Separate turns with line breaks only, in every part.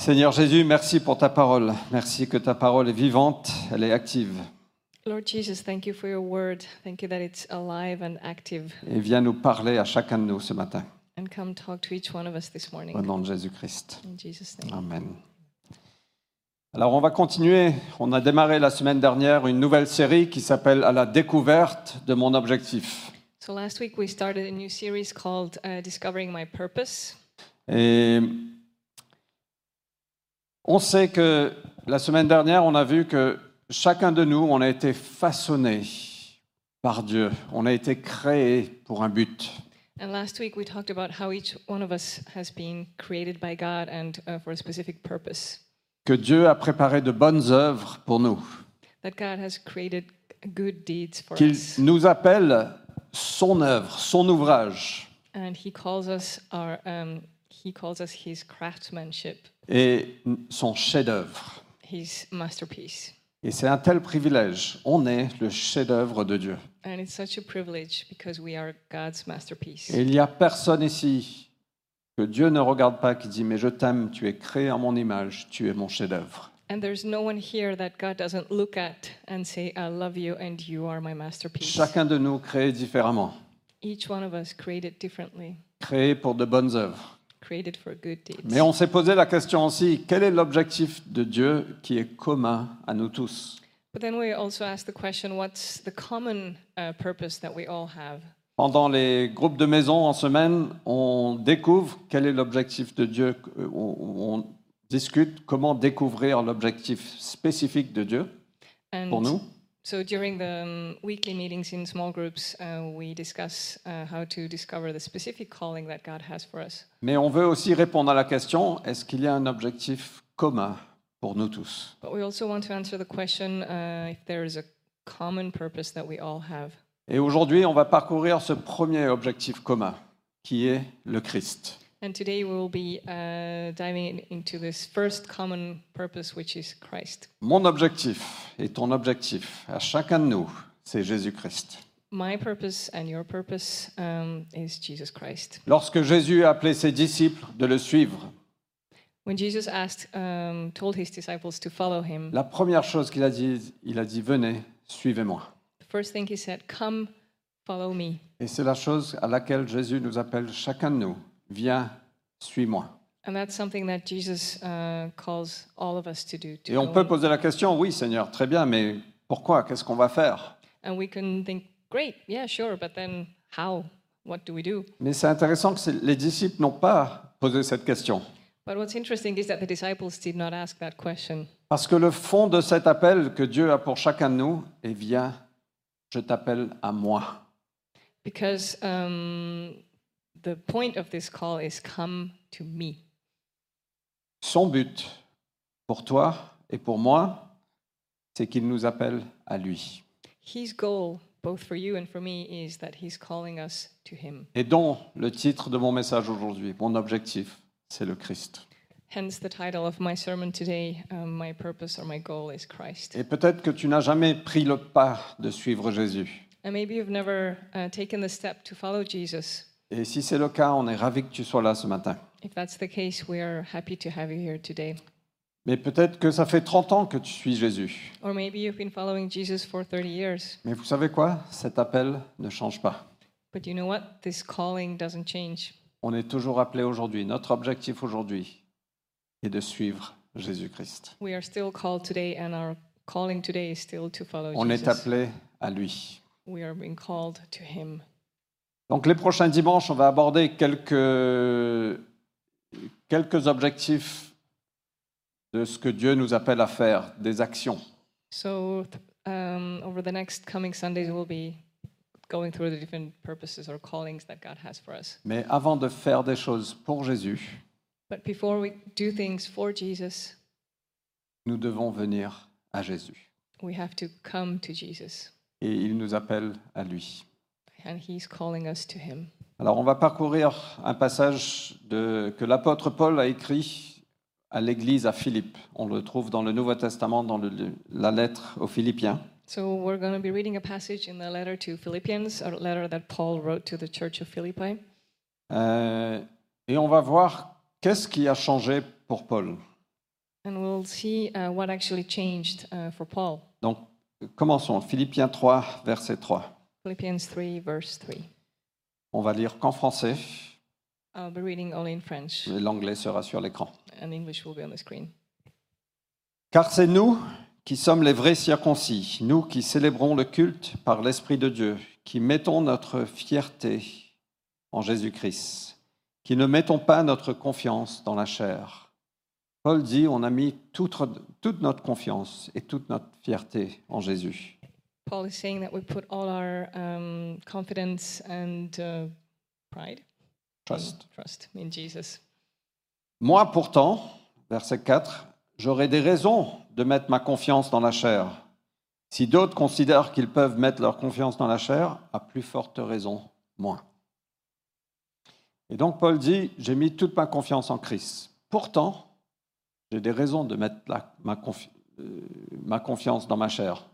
Seigneur Jésus, merci pour ta parole. Merci que ta parole est vivante, elle est active.
Lord Jesus, thank you for your word. Thank you that it's alive and active.
Et viens nous parler à chacun de nous ce matin.
And come talk to each one of us this
Au
morning.
nom de Jésus-Christ.
In Jesus' name.
Amen. Alors on va continuer. On a démarré la semaine dernière une nouvelle série qui s'appelle À la découverte de mon objectif.
So last week we started a new series called uh, Discovering My Purpose.
Et on sait que la semaine dernière, on a vu que chacun de nous, on a été façonné par Dieu. On a été créé pour un but.
And last week we talked about how each one of us has been created by God and uh, for a specific purpose.
Que Dieu a préparé de bonnes œuvres pour nous.
That God has created good deeds for
Qu'il
us.
nous appelle son œuvre, son ouvrage.
And He calls us our um, He calls us His craftsmanship,
et son chef-d'œuvre.
His masterpiece.
Et c'est un tel privilège. On est le chef-d'œuvre de Dieu.
And it's such a privilege because we are God's masterpiece.
Et il n'y a personne ici que Dieu ne regarde pas qui dit Mais je t'aime, tu es créé en mon image, tu es mon chef-d'œuvre.
And there's no one here that God doesn't look at and say, I love you and you are my masterpiece.
Chacun de nous créé différemment,
Each one of us created differently,
créé pour de bonnes œuvres.
created for good deeds.
Mais on s'est posé la question aussi quel est l'objectif de Dieu qui est commun à nous tous
But then we also ask the question what's the common uh, purpose that we all have?
Pendant les groupes de maison en semaine, on découvre quel est l'objectif de Dieu. euh, On, on discute comment découvrir l'objectif spécifique de Dieu
And
pour nous.
so during the um, weekly meetings in small groups, uh, we discuss uh, how to discover the specific calling that God has for us.
Mais on veut aussi répondre à la question est-ce qu'il y a un objectif commun pour nous tous
But we also want to answer the question uh, if there is a common purpose that we all have.
Et aujourd'hui, on va parcourir ce premier objectif commun, qui est le Christ.
And today we will be uh, diving in- into this first common purpose, which is Christ.
Mon objectif et ton objectif à chacun de nous, c'est Jésus-Christ.
My purpose and your purpose um, is Jesus Christ.
Lorsque Jésus a appelé ses disciples de le suivre,
When Jesus asked, um, told his disciples to follow him,
La première chose qu'il a dit, il a dit venez, suivez-moi.
the first thing he said, "Come, follow me,"
Et c'est la chose à laquelle Jésus nous appelle chacun de nous. Viens, suis-moi.
and that's something that Jesus uh, calls all of us to do. To
Et on
go
peut
and-
poser la question, oui Seigneur, très bien, mais pourquoi Qu'est-ce qu'on va faire
and we can think, "Great, yeah, sure," but then how? What do we do?
Mais c'est intéressant que c'est- les disciples n'ont pas posé cette question.
But what's interesting is that the disciples did not ask that question.
Parce que le fond de cet appel que Dieu a pour chacun de nous est viens, je t'appelle à moi.
Because um, the point of this call is come to me.
Son but pour toi et pour moi, c'est qu'il nous appelle à lui.
His goal, both for you and for me, is that he's calling us to him.
Et dont le titre de mon message aujourd'hui, mon objectif, c'est le Christ.
Hence the title of my sermon today um, My Purpose or My Goal is Christ.
Et peut-être que tu n'as jamais pris le pas de suivre Jésus.
And maybe you've never uh, taken the step to follow Jesus.
Et si c'est le cas, on est ravi que tu sois là ce matin.
If that's the case, we are happy to have you here today.
Mais peut-être que ça fait 30 ans que tu suis Jésus.
Or maybe you've been following Jesus for 30 years.
Mais vous savez quoi Cet appel ne change pas.
But you know what? This calling doesn't change.
On est toujours appelé aujourd'hui. Notre objectif aujourd'hui est de suivre Jésus-Christ.
We are still called today, and our calling today is still to follow
On est
Jesus.
appelé à lui.
we are being called to him.
Donc les prochains dimanches, on va aborder quelques, quelques objectifs de ce que Dieu nous appelle à faire, des actions.
So th- um, over the next coming Sundays, we'll be going through the different purposes or callings that God has for us.
Mais avant de faire des choses pour Jésus,
But before we do things for Jesus,
nous devons venir à Jésus.
we have to come to Jesus,
Et il nous appelle à lui.
and He's calling us to Him.
Alors on va parcourir un passage de- que l'apôtre Paul a écrit à l'église à Philippe. On le trouve dans le Nouveau Testament, dans le- la lettre aux Philippiens.
So we're going to be reading a passage in the letter to Philippians, a letter that Paul wrote to the church of Philippi,
Euh, et on va voir qu'est-ce qui a changé pour Paul.
And we'll see uh, what actually changed uh, for Paul.
Donc, commençons. Philippiens 3, verset 3.
Philippians 3, verse 3.
On va lire qu'en français,
I'll be reading only in French,
et l'anglais sera sur l'écran.
and English will be on the screen.
Car c'est nous qui sommes les vrais circoncis, nous qui célébrons le culte par l'Esprit de Dieu, qui mettons notre fierté en Jésus-Christ, qui ne mettons pas notre confiance dans la chair. Paul dit, on a mis toute, toute notre confiance et toute notre fierté en Jésus.
Paul is saying that we put all our um, confidence and uh, pride,
Trust.
trust in Jesus.
Moi pourtant, verset 4, j'aurais des raisons de mettre ma confiance dans la chair. Si d'autres considèrent qu'ils peuvent mettre leur confiance dans la chair, à plus forte raison, moi. Et donc Paul dit, j'ai mis toute ma confiance en Christ. Pourtant, j'ai des raisons de mettre la- ma, confi- euh, ma confiance dans ma chair.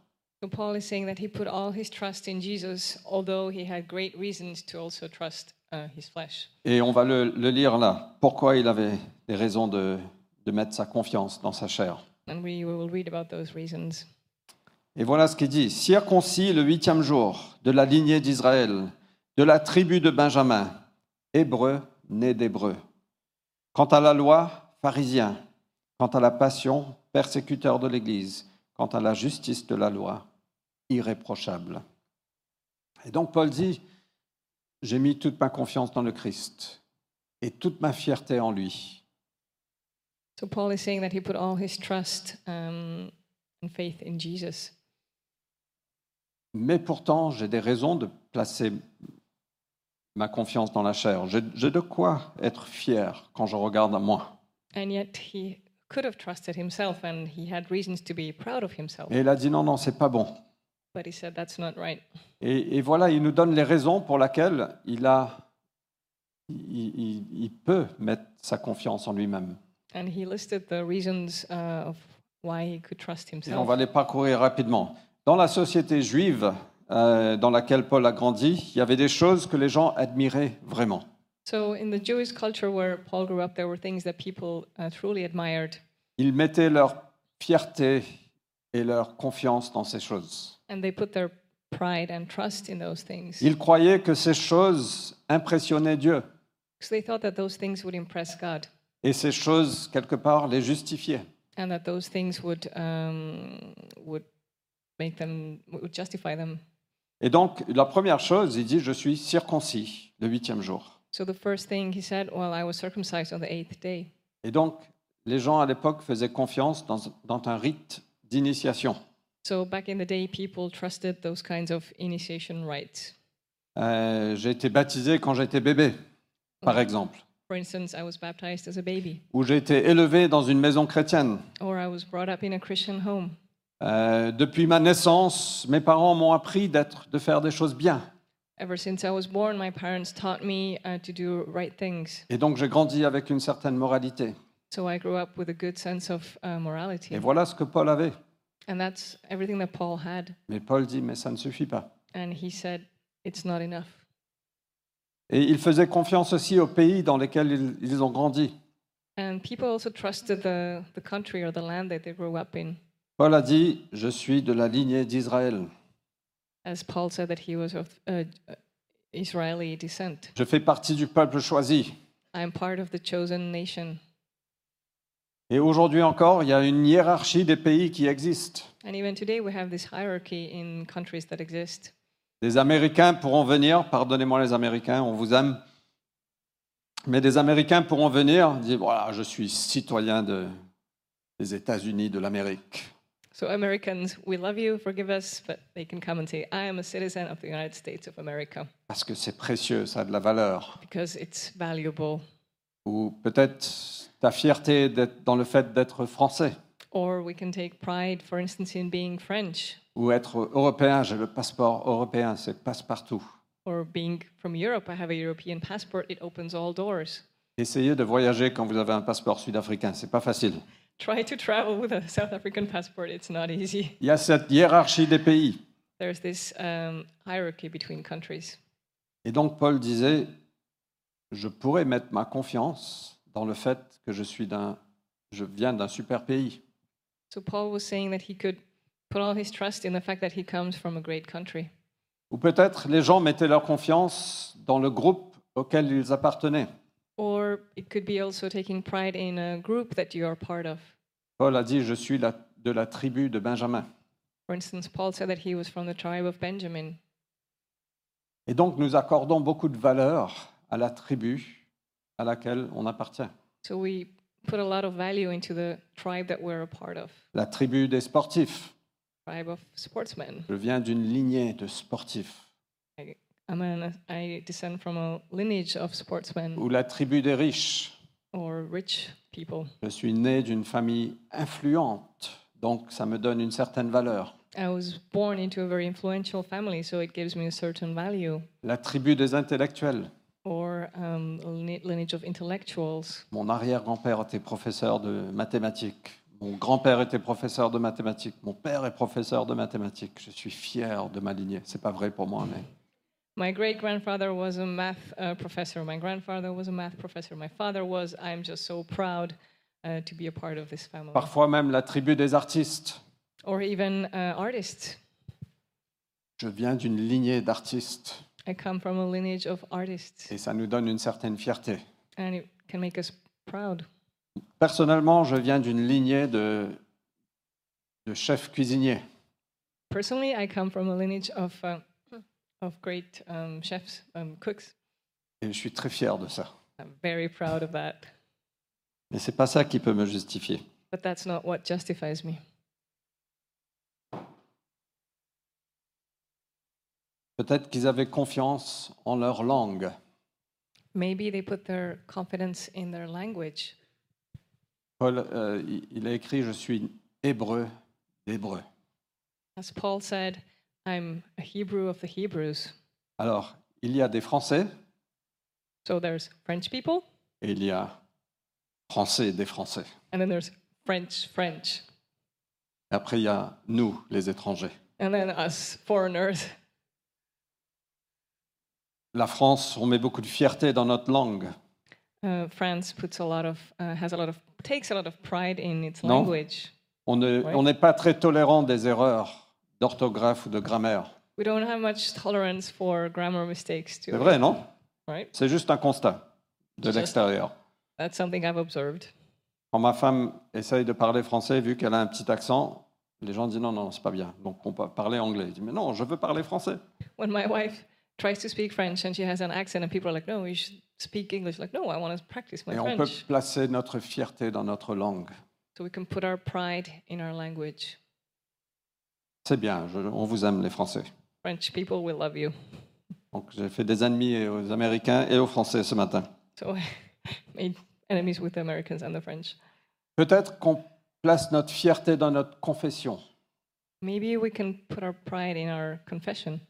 So Paul is saying that he put all his trust in Jesus, although he had great reasons to also trust uh, his flesh.
Et on va le, le lire là. Pourquoi il avait des raisons de- de mettre sa confiance dans sa chair
And we will read about those reasons.
Et voilà ce qu'il dit. Circoncis le huitième jour de la lignée d'Israël, de la tribu de Benjamin, hébreu, né d'hébreu. Quant à la loi, pharisien. Quant à la passion, persécuteur de l'Église. Quant à la justice de la loi, irréprochable. Et donc Paul dit, j'ai mis toute ma confiance dans le Christ et toute ma fierté en lui.
So Paul is saying that he put all his trust um, and faith in Jesus.
Mais pourtant, j'ai des raisons de placer ma confiance dans la chair. J'ai j'ai de quoi être fier quand je regarde à moi.
And yet he could have trusted himself and he had reasons to be proud of himself.
Et il a dit non, non, c'est pas bon.
But he said that's not right.
Et, et voilà, il nous donne les raisons pour lesquelles il, a, il, il- il peut mettre sa confiance en lui-même.
And he listed the reasons uh, of why he could trust
Et on
himself.
va les parcourir rapidement. Dans la société juive euh, dans laquelle Paul a grandi, il y avait des choses que les gens admiraient vraiment.
So in the Jewish culture where Paul grew up, there were things that people uh, truly admired.
Ils mettaient leur fierté et leur confiance dans ces choses.
And they put their pride and trust in those things.
Ils croyaient que ces choses impressionnaient Dieu
Because they thought that those things would impress God
et ces choses, quelque part, les justifiaient.
and that those things would, um, would make them, would justify them.
Et donc, la première chose, il dit Je suis circoncis le huitième jour.
So the first thing he said, well, I was circumcised on the eighth day.
Et donc, les gens à l'époque faisaient confiance dans, dans un rite d'initiation.
So back in the day, people trusted those kinds of initiation rites.
Euh, j'ai été baptisé quand j'étais bébé, par exemple,
For instance, I was baptized as a baby,
ou j'ai été élevé dans une maison chrétienne.
or I was brought up in a Christian home.
Euh, depuis ma naissance, mes parents m'ont appris d'être, de faire des choses bien.
Ever since I was born, my parents taught me uh, to do right things.
Et donc, j'ai grandi avec une certaine moralité.
So I grew up with a good sense of uh,
Et
morality.
voilà ce que Paul avait.
And that's everything that Paul had.
Mais Paul dit, mais ça ne suffit pas.
And he said, it's not enough.
Et ils faisaient confiance aussi aux pays dans lesquels ils, ils ont grandi.
And people also trusted the, the country or the land that they grew up in.
Paul a dit, je suis de la lignée d'Israël.
As Paul said that he was of uh, Israeli descent.
Je fais partie du peuple choisi.
I am part of the chosen nation.
Et aujourd'hui encore, il y a une hiérarchie des pays qui existent.
And even today, we have this hierarchy in countries that exist.
Des Américains pourront venir, pardonnez-moi les Américains, on vous aime. Mais des Américains pourront venir, dire, voilà, je suis citoyen de- des États-Unis de l'Amérique.
So, Americans, we love you, forgive us, but they can come and say, I am a citizen of the United States of America
Parce que c'est précieux, ça a de la valeur.
because it's valuable.
Ou peut-être ta fierté d'être dans le fait d'être français.
Or we can take pride, for instance, in being French
ou être européen, j'ai le passeport européen, c'est passe-partout.
or being from Europe. I have a European passport, it opens all doors.
Essayez de voyager quand vous avez un passeport sud-africain, c'est pas facile.
Try to travel with a South African passport, it's not easy.
Il y a cette hiérarchie des pays.
There's this um, hierarchy between countries.
Et donc Paul disait, je pourrais mettre ma confiance dans le fait que je suis d'un Je viens d'un super pays.
So Paul was saying that he could put all his trust in the fact that he comes from a great country.
Ou peut-être les gens mettaient leur confiance dans le groupe auquel ils appartenaient.
Or it could be also taking pride in a group that you are part of.
Paul a dit, je suis la- de la tribu de Benjamin.
For instance, Paul said that he was from the tribe of Benjamin.
Et donc nous accordons beaucoup de valeur à la tribu à laquelle on appartient.
So we put a lot of value into the tribe that we're a part of,
La tribu des sportifs.
tribe of sportsmen.
Je viens d'une lignée de sportifs.
I'm an, I descend from a lineage of sportsmen
Ou la tribu des riches.
or rich people.
Je suis né d'une famille influente, donc ça me donne une certaine valeur.
I was born into a very influential family, so it gives me a certain value.
La tribu des intellectuels.
Or um, a line- lineage of intellectuals.
Mon arrière-grand-père était professeur de mathématiques. Mon grand-père était professeur de mathématiques. Mon père est professeur de mathématiques. Je suis fier de ma lignée. C'est pas vrai pour moi, mais
My great grandfather was a math uh, professor. My grandfather was a math professor. My father was. I'm just so proud uh, to be a part of this family.
parfois même la tribu des artistes.
Or even uh, artists.
Je viens d'une lignée d'artistes
I come from a lineage of artists,
et ça nous donne une certaine fierté.
and it can make us proud.
Personnellement, je viens d'une lignée de, de chefs cuisiniers.
Personally, I come from a lineage of uh, of great um, chefs, um, cooks.
Et je suis très fier de ça.
I'm very proud of that.
Mais c'est pas ça qui peut me justifier.
But that's not what justifies me.
Peut-être qu'ils avaient confiance en leur langue.
Maybe they put their confidence in their language.
Paul, euh, il- il a écrit Je suis hébreu d'hébreu.
As Paul said, I'm a Hebrew of the Hebrews.
Alors, il y a des Français
So there's French people,
et il y a Français des Français.
and then there's French French,
Et après, il y a nous, les étrangers.
and then us foreigners.
La France, on met beaucoup de fierté dans notre langue.
Uh, France puts a lot of uh, has a lot of takes a lot of pride in its
Non.
language.
On ne-
Ouais.
on n'est pas très tolérant des erreurs d'orthographe ou de grammaire.
We don't have much tolerance for grammar mistakes, too.
C'est vrai, non
Right?
C'est juste un constat de
Juste.
l'extérieur.
That's something I've observed.
Quand ma femme essaye de parler français, vu qu'elle a un petit accent, les gens disent non, non, c'est pas bien. Donc on peut parler anglais. Je dis mais non, je veux parler français.
When my wife tries to speak French and she has an accent, and people are like, "No, you should speak English." Like, "No, I want to practice my
Et on peut
French."
placer notre fierté dans notre langue.
So we can put our pride in our language.
C'est bien, je- on vous aime les Français.
French people will love you.
Donc j'ai fait des ennemis aux Américains et aux Français ce matin.
So I made enemies with the Americans and the French.
Peut-être qu'on place notre fierté dans notre confession.
Maybe we can put our pride in our confession.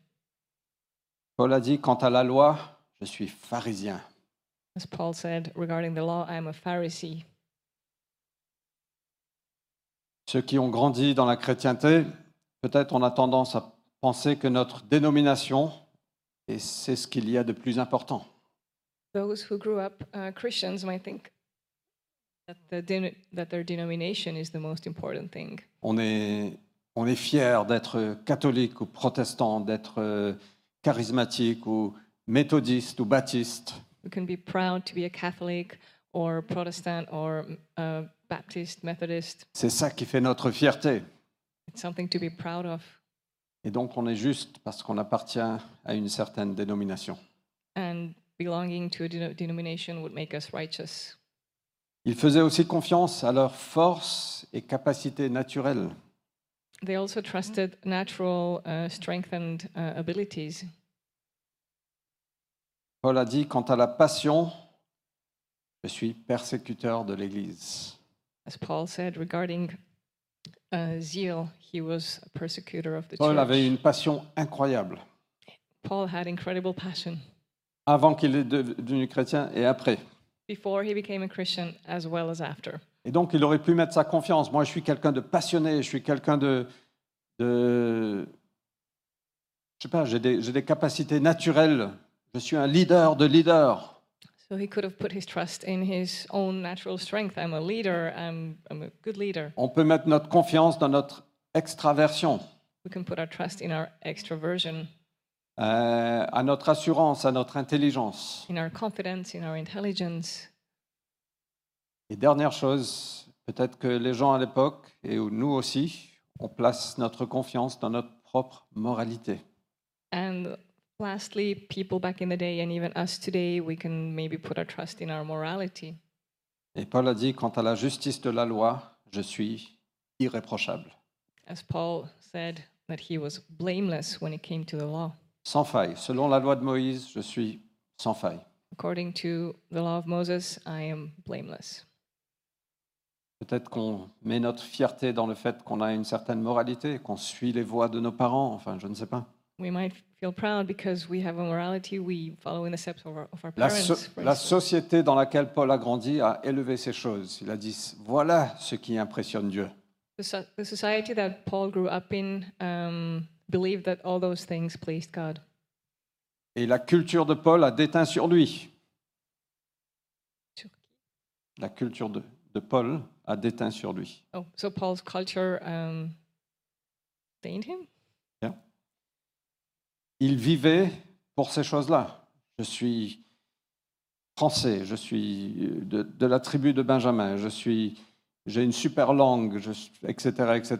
Paul a dit quant à la loi, je suis pharisien.
As Paul said regarding the law, I am a Pharisee.
Ceux qui ont grandi dans la chrétienté, peut-être on a tendance à penser que notre dénomination, et c'est ce qu'il y a de plus important.
Those who grew up uh, Christians might think that, the den- that their denomination is the most important thing.
On est, on est fier d'être catholique ou protestant, d'être euh, charismatique ou méthodiste ou baptiste.
We can be proud to be a Catholic or Protestant or uh, Baptist, Methodist.
C'est ça qui fait notre fierté.
It's something to be proud of.
Et donc on est juste parce qu'on appartient à une certaine dénomination.
And belonging to a deno- denomination would make us righteous.
Ils faisaient aussi confiance à leur force et capacité naturelle.
They also trusted natural uh, strength and uh, abilities.
Paul a dit, quant à la passion, je suis persécuteur de l'Église.
As Paul said regarding uh, zeal, he was a persecutor of the
Paul avait
church.
une passion incroyable,
Paul had incredible passion.
avant qu'il est devenu chrétien et après.
before he became a Christian as well as after.
Et donc, il aurait pu mettre sa confiance. Moi, je suis quelqu'un de passionné, je suis quelqu'un de... de je sais pas, j'ai des, j'ai des capacités naturelles. Je suis un leader de leaders.
So So he could have put his trust in his own natural strength. I'm a leader, I'm, I'm a good leader.
On peut mettre notre confiance dans notre extraversion,
We can put our trust in our extroversion,
euh, à notre assurance, à notre intelligence.
in our confidence, in our intelligence.
Et dernière chose, peut-être que les gens à l'époque, et nous aussi, on place notre confiance dans notre propre moralité.
And lastly, people back in the day and even us today, we can maybe put our trust in our morality.
Et Paul a dit, quant à la justice de la loi, je suis irréprochable,
As Paul said, that he was blameless when it came to the law.
sans faille. Selon la loi de Moïse, je suis sans faille.
According to the law of Moses, I am blameless.
Peut-être qu'on met notre fierté dans le fait qu'on a une certaine moralité, qu'on suit les voies de nos parents, enfin, je ne sais pas.
We might feel proud because we have a morality, we follow in the steps of our, of our
La,
parents.
so-
for
la
instance.
société dans laquelle Paul a grandi a élevé ces choses. Il a dit, voilà ce qui impressionne Dieu.
The so- the society that Paul grew up in um, believed that all those things pleased God.
Et la culture de Paul a déteint sur lui. La culture de, de Paul a déteint sur lui.
Oh, so Paul's culture um, stained him?
Il vivait pour ces choses-là. Je suis français, je suis de, de la tribu de Benjamin, je suis, j'ai une super langue, je suis- etc., etc.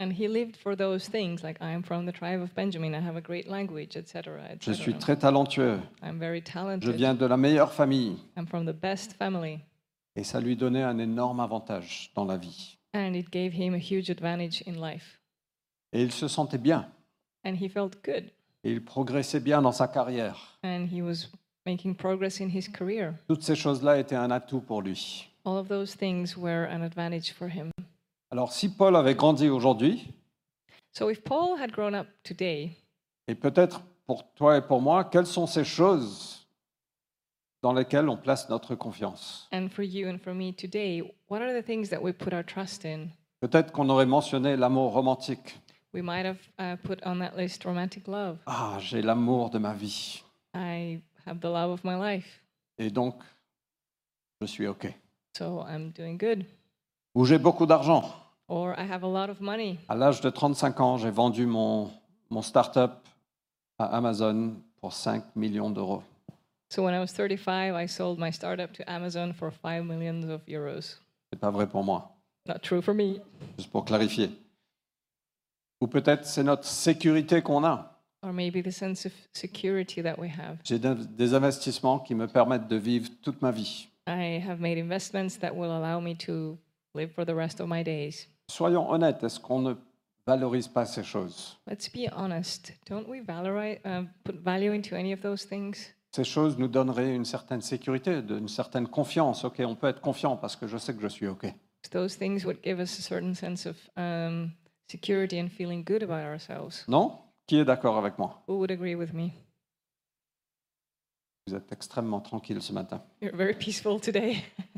And he lived for those things, like I am from the tribe of Benjamin, I have a great language, etc.
Je
etc.
suis très talentueux,
I'm very
je
talented.
viens de la meilleure famille.
I'm from the best family.
Et ça lui donnait un énorme avantage dans la vie.
And it gave him a huge advantage in life.
Et il se sentait bien,
And he felt good.
et il progressait bien dans sa carrière.
And he was making progress in his career.
Toutes ces choses-là étaient un atout pour lui.
All of those things were an advantage for him.
Alors si Paul avait grandi aujourd'hui,
So if Paul had grown up today,
et peut-être pour toi et pour moi, quelles sont ces choses dans lesquelles on place notre confiance
and for you and for me today, what are the things that we put our trust in?
Peut-être qu'on aurait mentionné l'amour romantique.
We might have uh, put on that list romantic love.
Ah, j'ai l'amour de ma vie,
I have the love of my life,
et donc je suis OK.
so I'm doing good.
Ou j'ai beaucoup d'argent.
Or I have a lot of money.
À l'âge de 35 ans, j'ai vendu mon, mon start-up à Amazon pour 5 millions d'euros.
So when I was 35, I sold my startup to Amazon for 5 millions of euros.
C'est pas vrai pour moi,
Not true for me.
juste pour clarifier. Ou peut-être c'est notre sécurité qu'on a.
Or maybe the sense of security that we have.
J'ai des- des investissements qui me permettent de vivre toute ma vie.
I have made investments that will allow me to live for the rest of my days.
Soyons honnêtes, est-ce qu'on ne valorise pas ces choses
Let's be honest. Don't we valorize, uh, put value into any of those things?
Ces choses nous donneraient une certaine sécurité, de- une certaine confiance. Ok, on peut être confiant parce que je sais que je suis ok.
'Cause Those things would give us a certain sense of um, security and feeling good about ourselves.
Non Qui est d'accord avec moi
Who would agree with me?
Vous êtes extrêmement tranquille ce matin.
You're very peaceful today.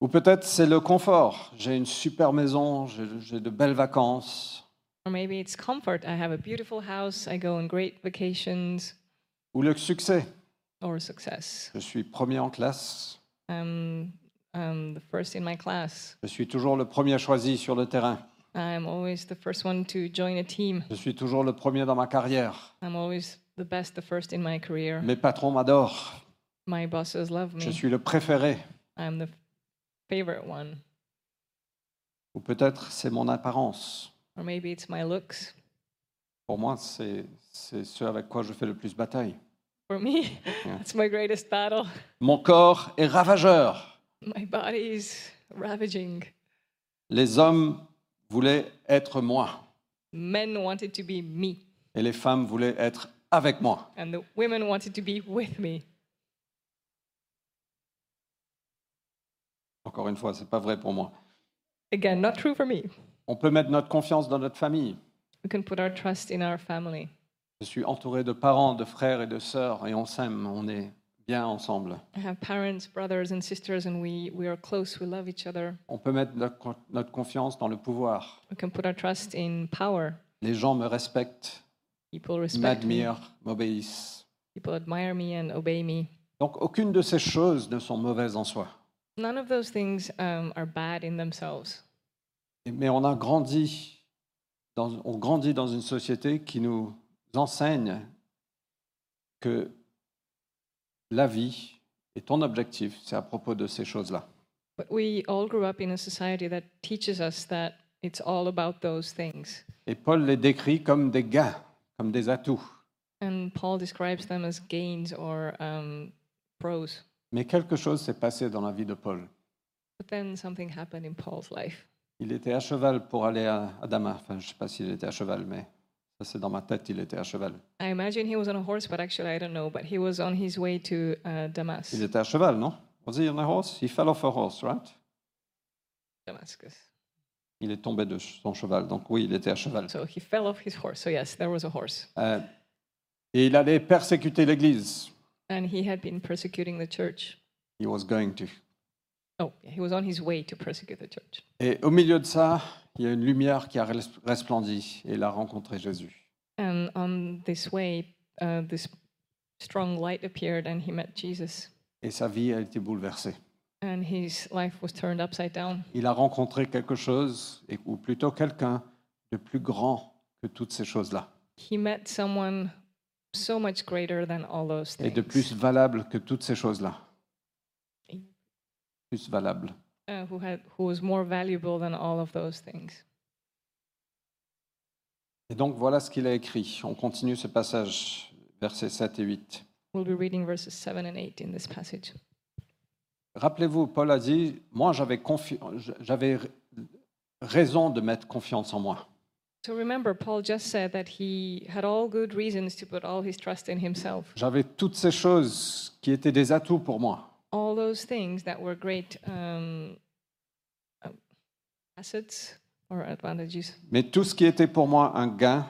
Ou peut-être c'est le confort. J'ai une super maison, j'ai j'ai de belles vacances.
Or maybe it's comfort. I have a beautiful house. I go on great vacations
Ou le succès.
or success.
Je suis premier en classe.
I'm, I'm the first in my class.
Je suis toujours le premier choisi sur le terrain.
I'm always the first one to join a team.
Je suis toujours le premier dans ma carrière.
I'm always the best, the first in my career.
Mes patrons m'adorent.
My bosses love
Je
me.
suis le préféré.
I'm the favorite one.
Ou peut-être c'est mon apparence.
Or maybe it's my looks.
Pour moi, c'est c'est ce avec quoi je fais le plus bataille.
For me,
Yeah.
it's my greatest battle.
Mon corps est ravageur.
My body is ravaging.
Les hommes voulaient être moi
Men wanted to be me,
et les femmes voulaient être avec moi.
and the women wanted to be with me.
Encore une fois, c'est pas vrai pour moi.
Again, not true for me.
On peut mettre notre confiance dans notre famille.
We can put our trust in our family.
Je suis entouré de parents, de frères et de sœurs et on s'aime, on est bien ensemble.
I have parents, brothers, and sisters, and we, we are close. We love each other.
On peut mettre notre con- notre confiance dans le pouvoir.
We can put our trust in power.
Les gens me respectent,
People respect me.
m'admirent, m'obéissent.
People admire me and obey me.
Donc aucune de ces choses ne sont mauvaises en soi.
None of those things um, are bad in themselves.
Et- Mais on a grandi dans, on grandit dans une société qui nous enseigne que la vie et ton objectif, c'est à propos de ces choses-là.
But we all grew up in a society that teaches us that it's all about those things.
Et Paul les décrit comme des gains, comme des atouts.
And Paul describes them as gains or um, pros.
Mais quelque chose s'est passé dans la vie de Paul.
But then something happened in Paul's life.
Il était à cheval pour aller à à Damas. Enfin, je ne sais pas s'il était à cheval, mais ça c'est dans ma tête, il était à cheval.
I imagine he was on a horse, but actually I don't know. But he was on his way to uh, Damas,
Il était à cheval, non Was he on a horse? He fell off a horse, right?
Damascus.
Il est tombé de son cheval, donc oui, il était à cheval.
So he fell off his horse. So yes, there was a horse,
Euh, et il allait persécuter l'Église.
and he had been persecuting the church.
He was going to.
Oh, yeah, he was on his way to persecute the church.
Et au milieu de ça, il y a une lumière qui a res- resplendi et il a rencontré Jésus.
And on this way, uh, this strong light appeared, and he met Jesus,
Et sa vie a été bouleversée.
and his life was turned upside down.
Il a rencontré quelque chose, et- ou plutôt quelqu'un de plus grand que toutes ces choses-là,
He met someone so much greater than all those
et
things.
de plus valable que toutes ces choses-là. Plus valable.
uh, who had who was more valuable than all of those things.
Et donc voilà ce qu'il a écrit. On continue ce passage, versets 7 et 8.
We'll be reading verses seven and eight in this passage.
Rappelez-vous, Paul a dit, moi j'avais confi- j'avais r- raison de mettre confiance en moi.
So remember, Paul just said that he had all good reasons to put all his trust in himself.
J'avais toutes ces choses qui étaient des atouts pour moi.
All those things that were great um, um, assets or advantages,
Mais tout ce qui était pour moi un gain,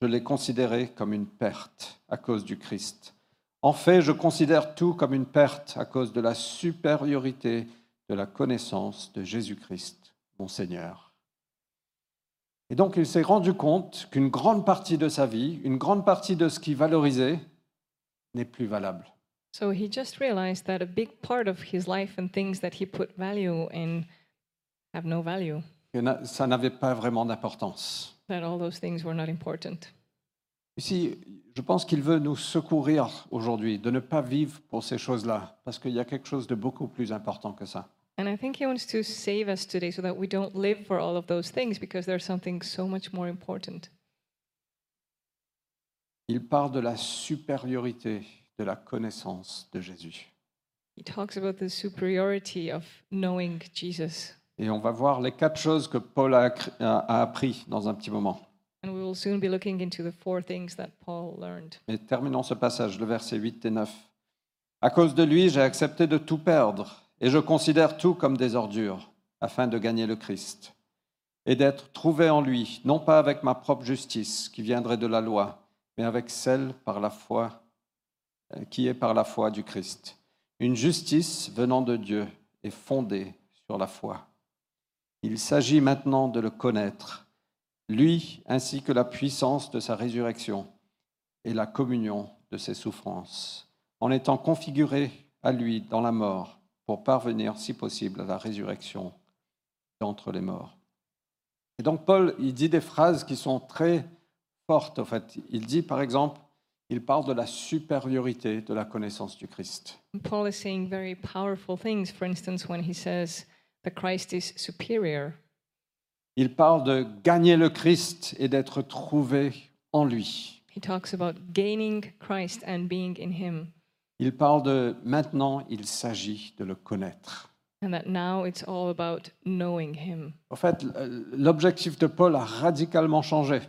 je l'ai considéré comme une perte à cause du Christ. En fait, je considère tout comme une perte à cause de la supériorité de la connaissance de Jésus-Christ, mon Seigneur. Et donc, il s'est rendu compte qu'une grande partie de sa vie, une grande partie de ce qu'il valorisait, n'est plus valable.
So he just realized that a big part of his life and things that he put value in have no value,
Que na- ça n'avait pas vraiment d'importance.
that all those things were not important.
Ici, je pense qu'il veut nous secourir aujourd'hui, de ne pas vivre pour ces choses-là, parce qu'il y a quelque chose de beaucoup plus important que ça.
And I think he wants to save us today so that we don't live for all of those things because there's something so much more important.
Il parle de la supériorité de la connaissance de Jésus.
He talks about the superiority of knowing Jesus.
Et on va voir les quatre choses que Paul a, accr- a- a appris dans un petit moment.
And we will soon be looking into the four things that Paul learned.
Mais terminons ce passage, le verset 8 et 9. À cause de lui, j'ai accepté de tout perdre, et je considère tout comme des ordures, afin de gagner le Christ, et d'être trouvé en lui, non pas avec ma propre justice, qui viendrait de la loi, mais avec celle par la foi, euh, qui est par la foi du Christ. Une justice venant de Dieu et fondée sur la foi. Il s'agit maintenant de le connaître, lui ainsi que la puissance de sa résurrection et la communion de ses souffrances, en étant configuré à lui dans la mort, pour parvenir, si possible, à la résurrection d'entre les morts. Et donc Paul, il dit des phrases qui sont très fortes, en fait. Il dit, par exemple, il parle de la supériorité de la connaissance du Christ.
And Paul is saying very powerful things, for instance, when he says that Christ is superior,
Il parle de gagner le Christ et d'être trouvé en lui.
he talks about gaining Christ and being in him,
Il parle de maintenant, il s'agit de le connaître.
and that now it's all about knowing him.
En fait, euh, l'objectif de Paul a radicalement changé.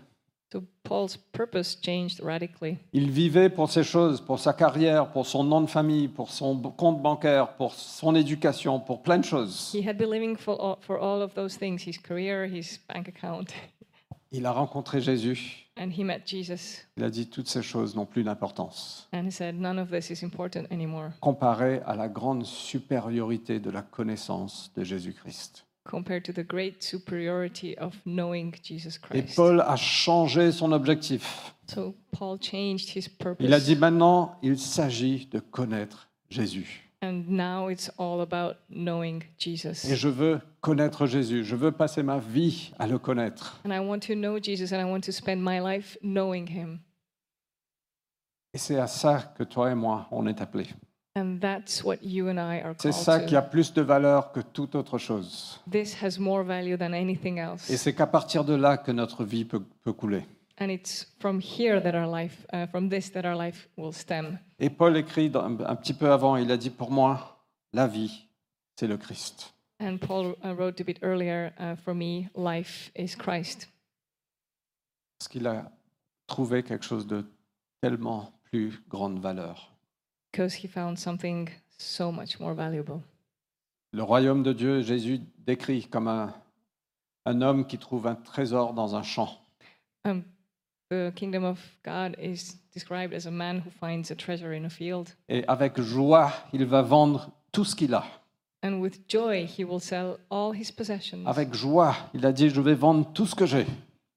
So Paul's purpose changed radically.
Il vivait pour ces choses, pour sa carrière, pour son nom de famille, pour son b- compte bancaire, pour son éducation, pour plein de choses.
He had been living for all, for all of those things his career, his bank account,
Il a rencontré Jésus.
and he met Jesus
Il a dit toutes ces choses n'ont plus d'importance
and he said, None of this is important anymore
comparé à la grande supériorité de la connaissance de Jésus-Christ.
compared to the great superiority of knowing Jesus
Et
Christ.
Paul a changé son objectif.
so Paul changed his purpose.
Il a dit maintenant, il s'agit de connaître Jésus.
And now it's all about knowing Jesus.
Et je veux connaître Jésus. Je veux passer ma vie à le connaître.
And I want to know Jesus and I want to spend my life knowing him.
Et c'est à ça que toi et moi, on est appelés.
And that's what you and I are
C'est
called
ça qui
to.
a plus de valeur que toute autre chose.
This has more value than anything else.
Et c'est qu'à partir de là que notre vie peut, peut couler.
And it's from here that our life, uh, from this that our life will stem.
Et Paul écrit dans- un petit peu avant, il a dit, pour moi, la vie, c'est le Christ.
And Paul uh, wrote a bit earlier uh, for me, life is Christ.
Parce qu'il a trouvé quelque chose de tellement plus grande valeur.
Because he found something so much more valuable.
Le royaume de Dieu, Jésus décrit comme un, un homme qui trouve un trésor dans un champ.
Um, the kingdom of God is described as a man who finds a treasure in a field.
Et avec joie, il va vendre tout ce qu'il a.
And with joy, he will sell all his possessions.
Avec joie, il a dit, je vais vendre tout ce que j'ai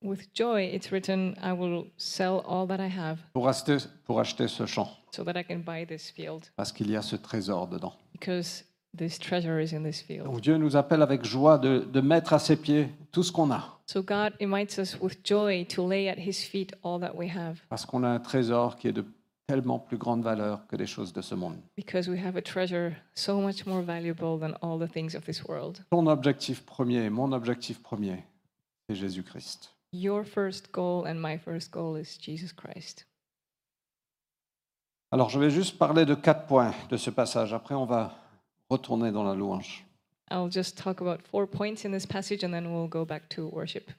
With joy, it's written, I will sell all that I have
pour acheter, pour acheter ce champ.
so that I can buy this field
Parce qu'il y a ce trésor dedans.
because this treasure is in this field.
Donc Dieu nous appelle avec joie de, de mettre à ses pieds tout ce qu'on a.
So God invites us with joy to lay at his feet all that we have
Parce qu'on a un trésor qui est de tellement plus grande valeur que les choses de ce monde.
because we have a treasure so much more valuable than all the things of this world.
Ton objectif premier, mon objectif premier, c'est Jésus-Christ.
Your first goal and my first goal is Jesus Christ.
Alors je vais juste parler de quatre points de ce passage. Après, on va retourner dans la louange.
I'll just talk about four points in this passage and then we'll go back to worship.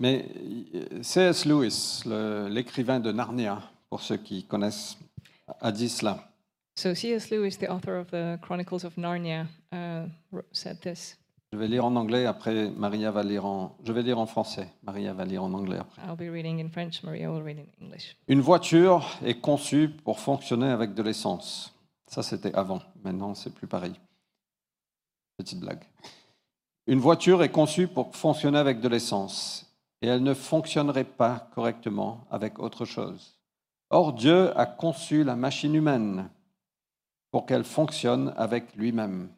Mais euh, C.S. Lewis, le- l'écrivain de Narnia, pour ceux qui connaissent, a dit cela.
So, C.S. Lewis, the author of the Chronicles of Narnia, uh, wr- said this.
Je vais lire en anglais, après Maria va lire en... Je vais lire en français, Maria va lire en anglais après.
I'll be reading in French, Maria will read in English.
Une voiture est conçue pour fonctionner avec de l'essence. Ça, c'était avant. Maintenant, c'est plus pareil. Petite blague. Une voiture est conçue pour fonctionner avec de l'essence et elle ne fonctionnerait pas correctement avec autre chose. Or, Dieu a conçu la machine humaine pour qu'elle fonctionne avec lui-même.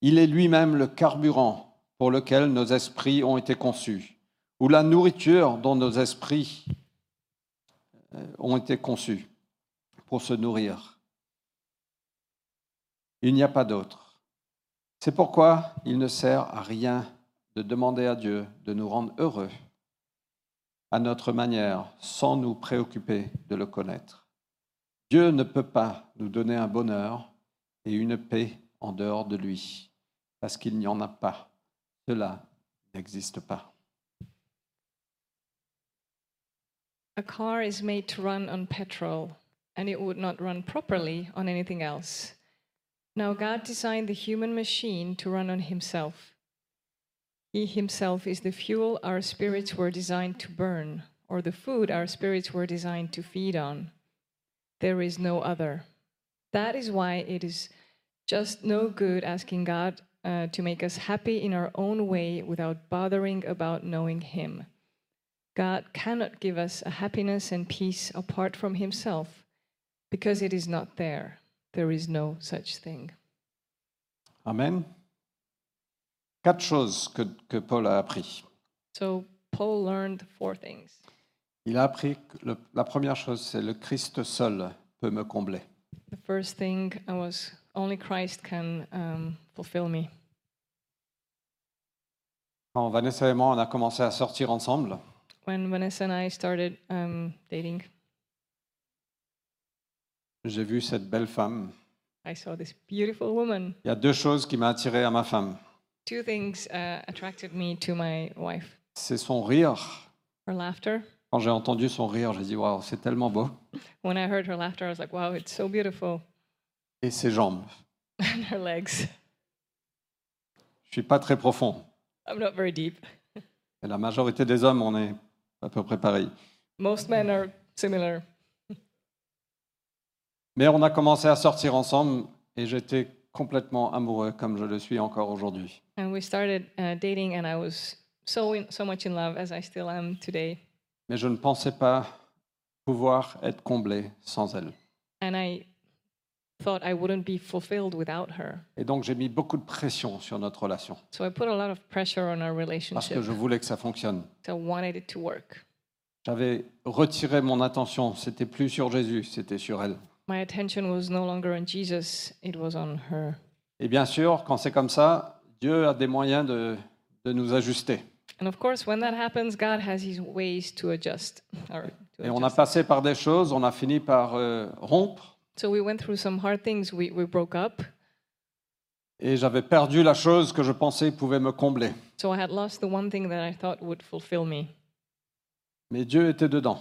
Il est lui-même le carburant pour lequel nos esprits ont été conçus, ou la nourriture dont nos esprits ont été conçus pour se nourrir. Il n'y a pas d'autre. C'est pourquoi il ne sert à rien de demander à Dieu de nous rendre heureux à notre manière, sans nous préoccuper de le connaître. Dieu ne peut pas nous donner un bonheur et une paix en dehors de lui, parce qu'il n'y en a pas. Cela n'existe pas.
A car is made to run on petrol, and it would not run properly on anything else. Now, God designed the human machine to run on Himself. He Himself is the fuel our spirits were designed to burn, or the food our spirits were designed to feed on. There is no other. That is why it is just no good asking God uh, to make us happy in our own way without bothering about knowing Him. God cannot give us a happiness and peace apart from Himself because it is not there. There is no such thing.
Amen. Quatre choses que, que Paul a apprises.
So Paul learned four things.
Il a appris que le- la première chose, c'est le Christ seul peut me combler.
The first thing was only Christ can um, fulfill me.
Quand Vanessa et moi, on a commencé à sortir ensemble,
When Vanessa and I started um, dating,
j'ai vu cette belle femme.
I saw this beautiful woman.
Il y a deux choses qui m'ont attiré à ma femme.
Two things uh, attracted me to my wife
C'est son rire.
her laughter.
Quand j'ai entendu son rire, j'ai dit, waouh, c'est tellement beau.
When I heard her laughter, I was like, wow, it's so beautiful.
Et ses jambes.
and her legs.
Je suis pas très profond.
I'm not very deep.
Et la majorité des hommes, on est à peu près pareil.
Most men are similar.
Mais on a commencé à sortir ensemble et j'étais complètement amoureux, comme je le suis encore aujourd'hui.
And we started uh, dating, and I was so in, so much in love as I still am today.
Mais je ne pensais pas pouvoir être comblé sans elle.
And I thought I wouldn't be fulfilled without her.
Et donc j'ai mis beaucoup de pression sur notre relation
So I put a lot of pressure on
parce
our
que
relationship.
je voulais que ça fonctionne.
I wanted it to work.
J'avais retiré mon attention, c'était plus sur Jésus, c'était sur elle.
My attention was no longer on Jesus, it was on her.
Et bien sûr, quand c'est comme ça, Dieu a des moyens de, de nous ajuster.
And of course, when that happens, God has his ways to adjust. Or to
Et on a
adjust.
passé par des choses, on a fini par euh, rompre,
So we went through some hard things. We, we broke up.
et j'avais perdu la chose que je pensais pouvait me combler.
So I had lost the one thing that I thought would fulfill me.
Mais Dieu était dedans.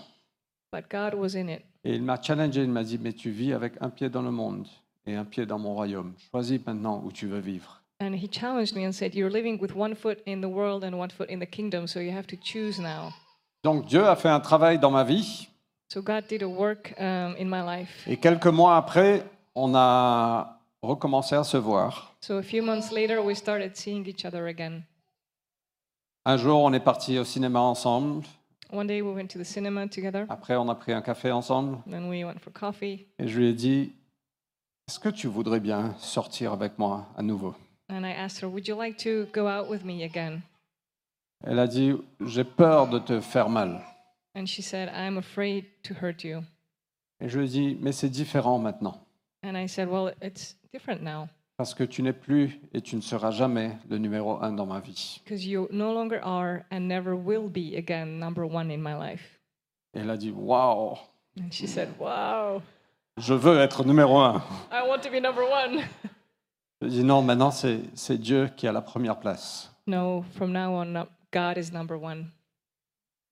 But God was in it.
Et il m'a challengé, il m'a dit, mais tu vis avec un pied dans le monde et un pied dans mon royaume. Choisis maintenant où tu veux vivre.
And he challenged me and said, You're living with one foot in the world and one foot in the kingdom, so you have to choose now.
Donc Dieu a fait un travail dans ma vie,
So God did a work um, in my life.
et quelques mois après, on a recommencé à se voir.
So a few months later, we started seeing each other again.
Un jour, on est parti au cinéma ensemble,
One day we went to the cinema together,
après on a pris un café ensemble,
then we went for coffee,
et je lui ai dit, est-ce que tu voudrais bien sortir avec moi à nouveau
and I asked her, Would you like to go out with me again?
Elle a dit, j'ai peur de te faire mal.
And she said, I'm afraid to hurt you.
Et je lui ai dit, mais c'est différent maintenant,
And I said, Well, it's different now
parce que tu n'es plus et tu ne seras jamais le numéro un dans ma vie.
because you no longer are and never will be again number one in my life.
Et elle a dit, waouh,
And she said, Wow,
je veux être numéro un.
I want to be number one.
Je dis, non, maintenant c'est c'est Dieu qui a la première place.
No, from now on, no- God is number one.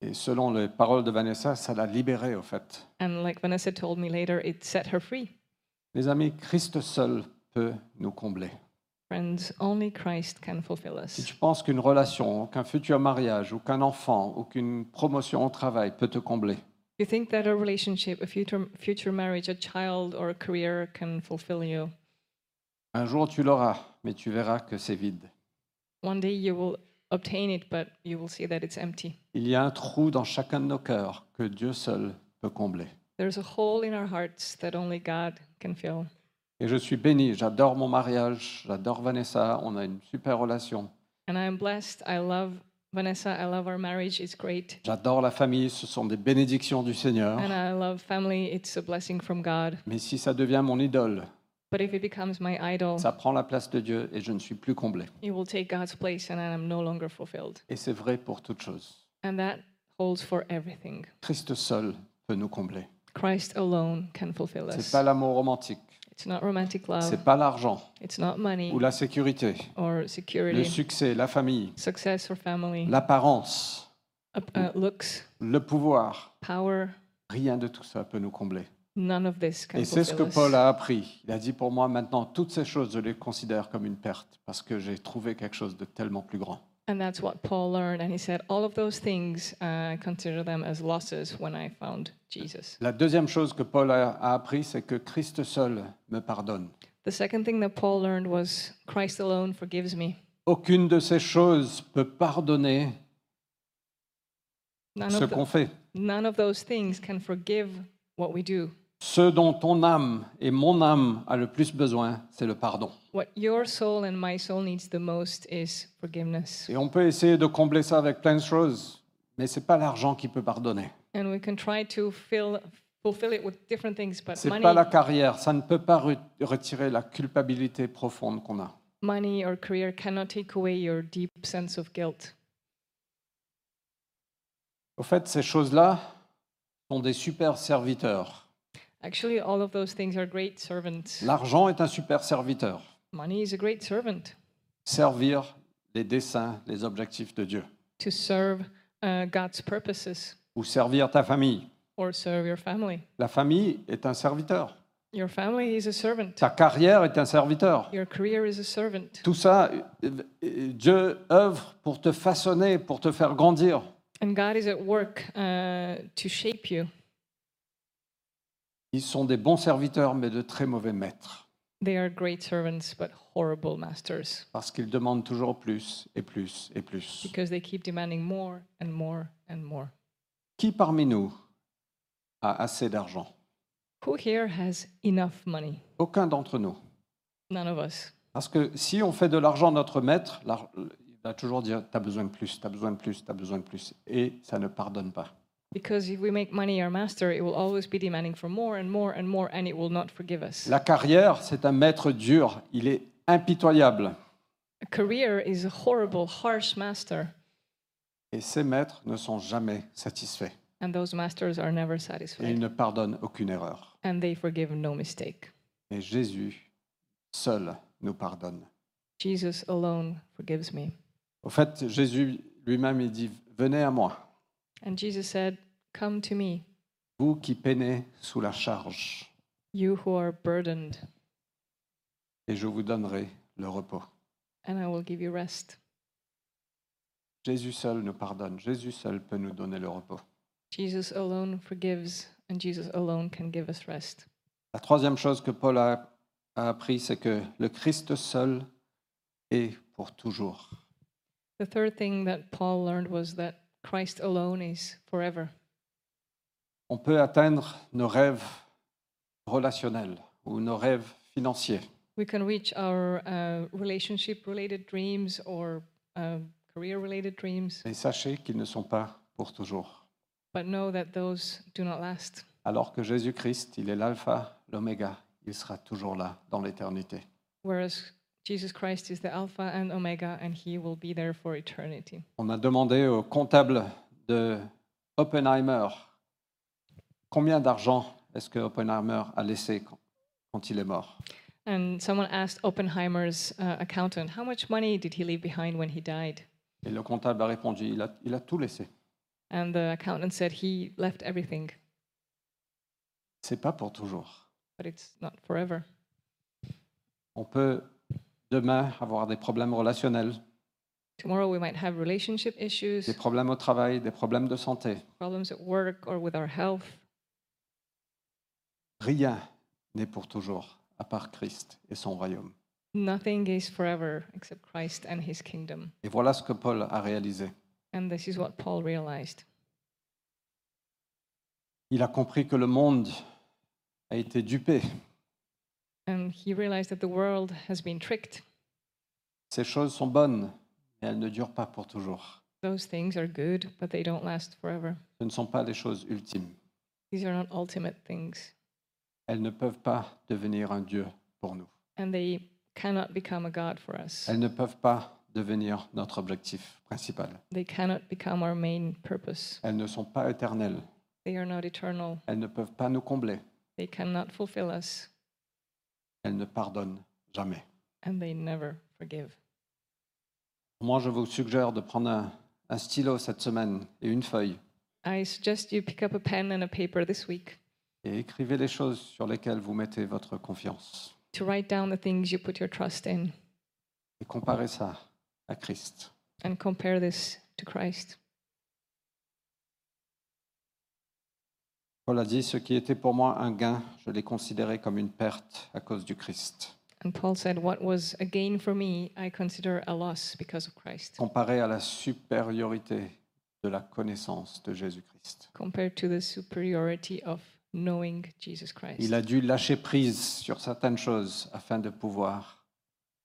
Et selon les paroles de Vanessa, ça l'a libérée au fait.
And like Vanessa told me later, it set her free.
Les amis, Christ seul peut nous combler.
Friends, only Christ can fulfill
Si
us.
tu penses qu'une relation, ou qu'un futur mariage, ou qu'un enfant, ou qu'une promotion au travail peut te combler,
You think that a relationship, a future, future marriage, a child, or a career can fulfill you?
un jour tu l'auras, mais tu verras que c'est vide.
One day you will obtain it, but you will see that it's empty.
Il y a un trou dans chacun de nos cœurs que Dieu seul peut combler.
There's a hole in our hearts that only God can fill.
Et je suis béni, j'adore mon mariage, j'adore Vanessa, on a une super relation.
And I'm blessed. I love Vanessa. I love our marriage. It's great.
J'adore la famille, ce sont des bénédictions du Seigneur.
And I love family. It's a blessing from God.
Mais si ça devient mon idole,
But if it becomes my idol,
ça prend la place de Dieu et je ne suis plus comblé.
it will take God's place and I'm no longer fulfilled.
Et c'est vrai pour toute chose.
And that holds for everything.
Christ seul peut nous combler.
Christ alone can fulfill
C'est
us.
pas l'amour romantique,
It's not romantic love.
c'est pas l'argent
It's not money
ou la sécurité,
or
le
security,
succès, la famille,
success or family,
l'apparence,
up- uh, looks,
le pouvoir.
power.
Rien de tout ça peut nous combler.
None of this
Et
can
c'est ce que
fulfill
Paul
us.
a appris. Il a dit pour moi maintenant, toutes ces choses, je les considère comme une perte parce que j'ai trouvé quelque chose de tellement plus grand.
And that's what Paul learned. And he said, All of those things, uh, I consider them as losses when I found Jesus.
La deuxième chose que Paul a, a appris, c'est que Christ seul me pardonne.
The second thing that Paul learned was Christ alone forgives me.
Aucune de ces choses peut pardonner
None
ce
of, tho-
qu'on fait.
none of those things can forgive what we do.
Ce dont ton âme et mon âme a le plus besoin, c'est le pardon.
What your soul and my soul needs the most is forgiveness.
Et on peut essayer de combler ça avec plein de choses, mais c'est pas l'argent qui peut pardonner.
And we can try to fill, fulfill it with different things, but
C'est
money,
pas la carrière, ça ne peut pas re- retirer la culpabilité profonde qu'on a.
money or career cannot take away your deep sense of guilt.
Au fait, ces choses-là sont des super serviteurs.
Actually, all of those things are great servants.
L'argent est un super serviteur.
Money is a great servant
Servir les desseins, les objectifs de Dieu,
to serve uh, God's purposes
ou servir ta famille.
or serve your family.
La famille est un serviteur.
Your family is a servant.
Ta carrière est un serviteur.
Your career is a servant.
Tout ça, euh, euh, Dieu œuvre pour te façonner, pour te faire grandir.
And God is at work uh, to shape you.
Ils sont des bons serviteurs, mais de très mauvais maîtres,
They are great servants, but horrible masters
parce qu'ils demandent toujours plus et plus et plus.
because they keep demanding more and more and more.
Qui parmi nous a assez d'argent
Who here has enough money?
Aucun d'entre nous.
None of us.
Parce que si on fait de l'argent notre maître, l'ar- il va toujours dire T'as besoin de plus, t'as besoin de plus, t'as besoin de plus. Et ça ne pardonne pas.
Because if we make money our master, it will always be demanding for more and more and more, and it will not forgive us.
La carrière, c'est un maître dur. Il est impitoyable.
A career is a horrible, harsh master,
Et ces maîtres ne sont jamais satisfaits.
and those masters are never
Et ils
satisfied,
ne pardonnent aucune erreur.
and they forgive no mistake.
Et Jésus seul nous pardonne.
Jesus alone forgives me.
Au fait, Jésus lui-même, il dit Venez à moi,
And Jesus said, Come to me,
vous qui peinez sous la charge,
you who are burdened,
et je vous donnerai le repos.
and I will give you rest.
Jésus seul nous pardonne. Jésus seul peut nous donner le repos.
Jesus alone forgives, and Jesus alone can give us rest.
La troisième chose que Paul a, a appris, c'est que le Christ seul est pour toujours.
The third thing that Paul learned was that Christ alone is forever.
On peut atteindre nos rêves relationnels ou nos rêves financiers.
We can reach our uh, relationship related dreams or uh, career related dreams,
Et sachez qu'ils ne sont pas pour toujours.
but know that those do not last.
Alors que Jésus-Christ, il est l'alpha, l'oméga, il sera toujours là dans l'éternité.
Whereas Jesus Christ is the Alpha and Omega, and He will be there for eternity.
On a demandé au comptable de Oppenheimer combien d'argent est-ce que Oppenheimer a laissé quand- quand il est mort.
And someone asked Oppenheimer's uh, accountant, How much money did he leave behind when he died?
Et le comptable a répondu, il a, il a tout laissé.
And the accountant said, He left everything,
C'est pas pour toujours.
but it's not forever.
On peut demain avoir des problèmes relationnels,
Tomorrow we might have relationship issues,
des problèmes au travail, des problèmes de santé.
problems at work or with our health.
Rien n'est pour toujours, à part Christ et son royaume.
Nothing is forever except Christ and His kingdom.
Et voilà ce que Paul a réalisé.
And this is what Paul realized.
Il a compris que le monde a été dupé.
And he realized that the world has been tricked.
Ces choses sont bonnes, mais elles ne durent pas pour toujours.
Those things are good, but they don't last forever.
Ce ne sont pas les choses ultimes.
These are not ultimate things,
Elles ne peuvent pas devenir un Dieu pour nous.
and they cannot become a God for us.
Elles ne peuvent pas devenir notre objectif principal.
They cannot become our main purpose.
Elles ne sont pas éternelles.
They are not eternal.
Elles ne peuvent pas nous combler.
They cannot fulfill us,
Elles ne pardonnent jamais.
and they never forgive.
Moi, je vous suggère de prendre un, un stylo cette semaine et une feuille
I suggest you pick up a pen and a paper this week
et écrivez les choses sur lesquelles vous mettez votre confiance
to write down the things you put your trust in
et comparez ça à Christ.
and compare this to Christ.
Paul a dit, ce qui était pour moi un gain, je l'ai considéré comme une perte à cause du Christ.
And Paul said, What was a gain for me, I consider a loss because of Christ,
Comparé à la supériorité de la connaissance de Jésus-Christ.
compared to the superiority of knowing Jesus Christ.
Il a dû lâcher prise sur certaines choses afin de pouvoir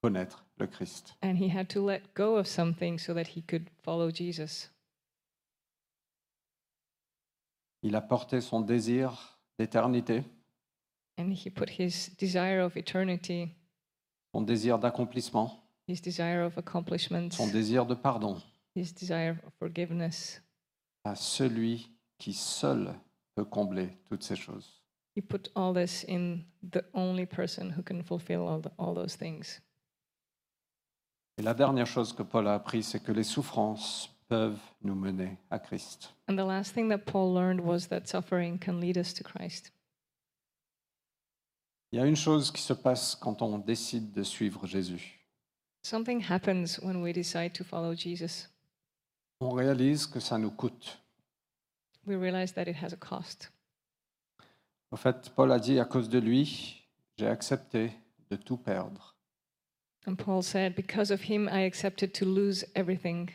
connaître le Christ.
And he had to let go of something so that he could follow Jesus.
Il a porté son désir d'éternité,
And he put his desire of eternity,
son désir d'accomplissement,
his desire of accomplishments,
son désir de pardon
his desire of forgiveness.
à celui qui seul peut combler toutes ces choses.
He put all this in the only person who can fulfill all, the, all those things.
Et la dernière chose que Paul a appris, c'est que les souffrances peuvent nous mener à Christ.
And the last thing that Paul learned was that suffering can lead us to Christ.
Il y a une chose qui se passe quand on décide de suivre Jésus.
Something happens when we decide to follow Jesus.
On réalise que ça nous coûte.
We realize that it has a cost.
En fait, Paul a dit, à cause de lui, j'ai accepté de tout perdre
And Paul said, Because of him, I accepted to lose everything.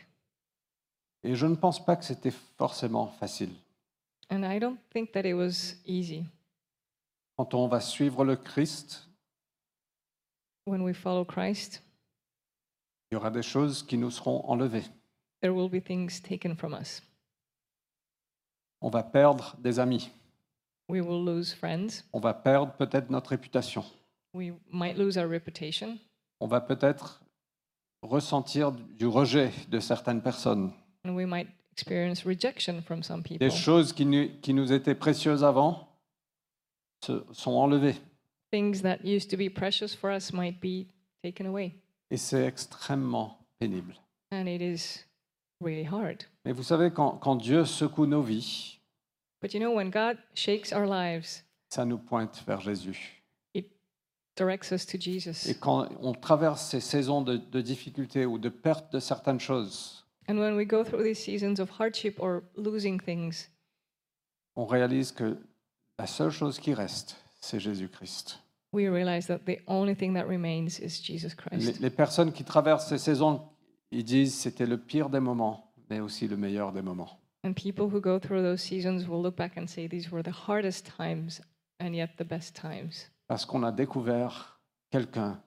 Et je ne pense pas que c'était forcément facile.
And I don't think that it was easy.
Quand on va suivre le Christ,
When we follow Christ,
il y aura des choses qui nous seront enlevées.
there will be things taken from us.
On va perdre des amis.
We will lose friends.
On va perdre peut-être notre réputation.
We might lose our reputation.
On va peut-être ressentir du rejet de certaines personnes.
And we might experience rejection from some people.
Des choses qui nous, qui nous étaient précieuses avant se- sont enlevées.
Things that used to be precious for us might be taken away.
Et c'est extrêmement pénible.
And it is really hard.
Mais vous savez, quand, quand Dieu secoue nos vies,
But you know, when God shakes our lives,
ça nous pointe vers Jésus.
directs us to Jesus.
Et quand on traverse ces saisons de, de difficultés ou de perte de certaines choses,
And when we go through these seasons of hardship or losing things,
on réalise que la seule chose qui reste, c'est Jésus-Christ.
we realize that the only thing that remains is Jesus
Les,
Christ.
les personnes qui traversent ces saisons, ils disent c'était le pire des moments, mais aussi le meilleur des moments.
And people who go through those seasons will look back and say, these were the hardest times and yet the best times.
Parce qu'on a découvert quelqu'un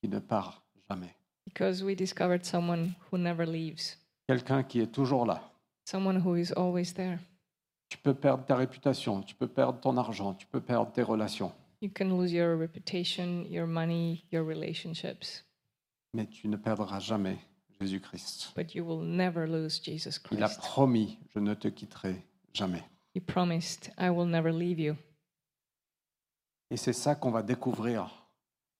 qui ne part jamais,
Because we discovered someone who never leaves,
quelqu'un qui est toujours là.
someone who is always there.
Tu peux perdre ta réputation, tu peux perdre ton argent, tu peux perdre tes relations,
You can lose your reputation, your money, your relationships,
mais tu ne perdras jamais Jésus-Christ.
but you will never lose Jesus
Il a
Christ.
promis, je ne te quitterai jamais.
He promised, I will never leave you.
Et c'est ça qu'on va découvrir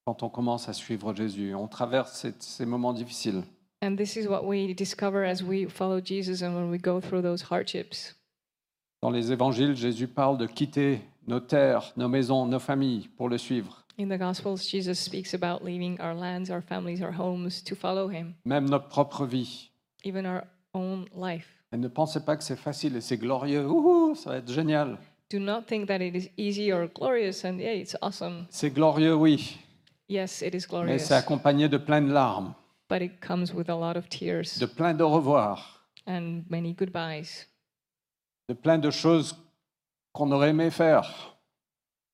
quand on commence à suivre Jésus. On traverse ces, ces moments difficiles.
And this is what we discover as we follow Jesus and when we go through those hardships.
Dans les évangiles, Jésus parle de quitter nos terres, nos maisons, nos familles pour le suivre.
In the Gospels, Jesus speaks about leaving our lands, our families, our homes to follow him,
Même notre propre vie.
even our own life.
Et ne pensez pas que c'est facile et c'est glorieux. Ouhou, ça va être génial.
Do not think that it is easy or glorious and yeah, it's awesome.
C'est glorieux, oui,
Oh, Yes, it is
mais
glorious,
c'est accompagné de plein de larmes,
but it comes with a lot of tears
de plein de revoirs,
and many goodbyes,
de plein de choses qu'on aurait aimé faire.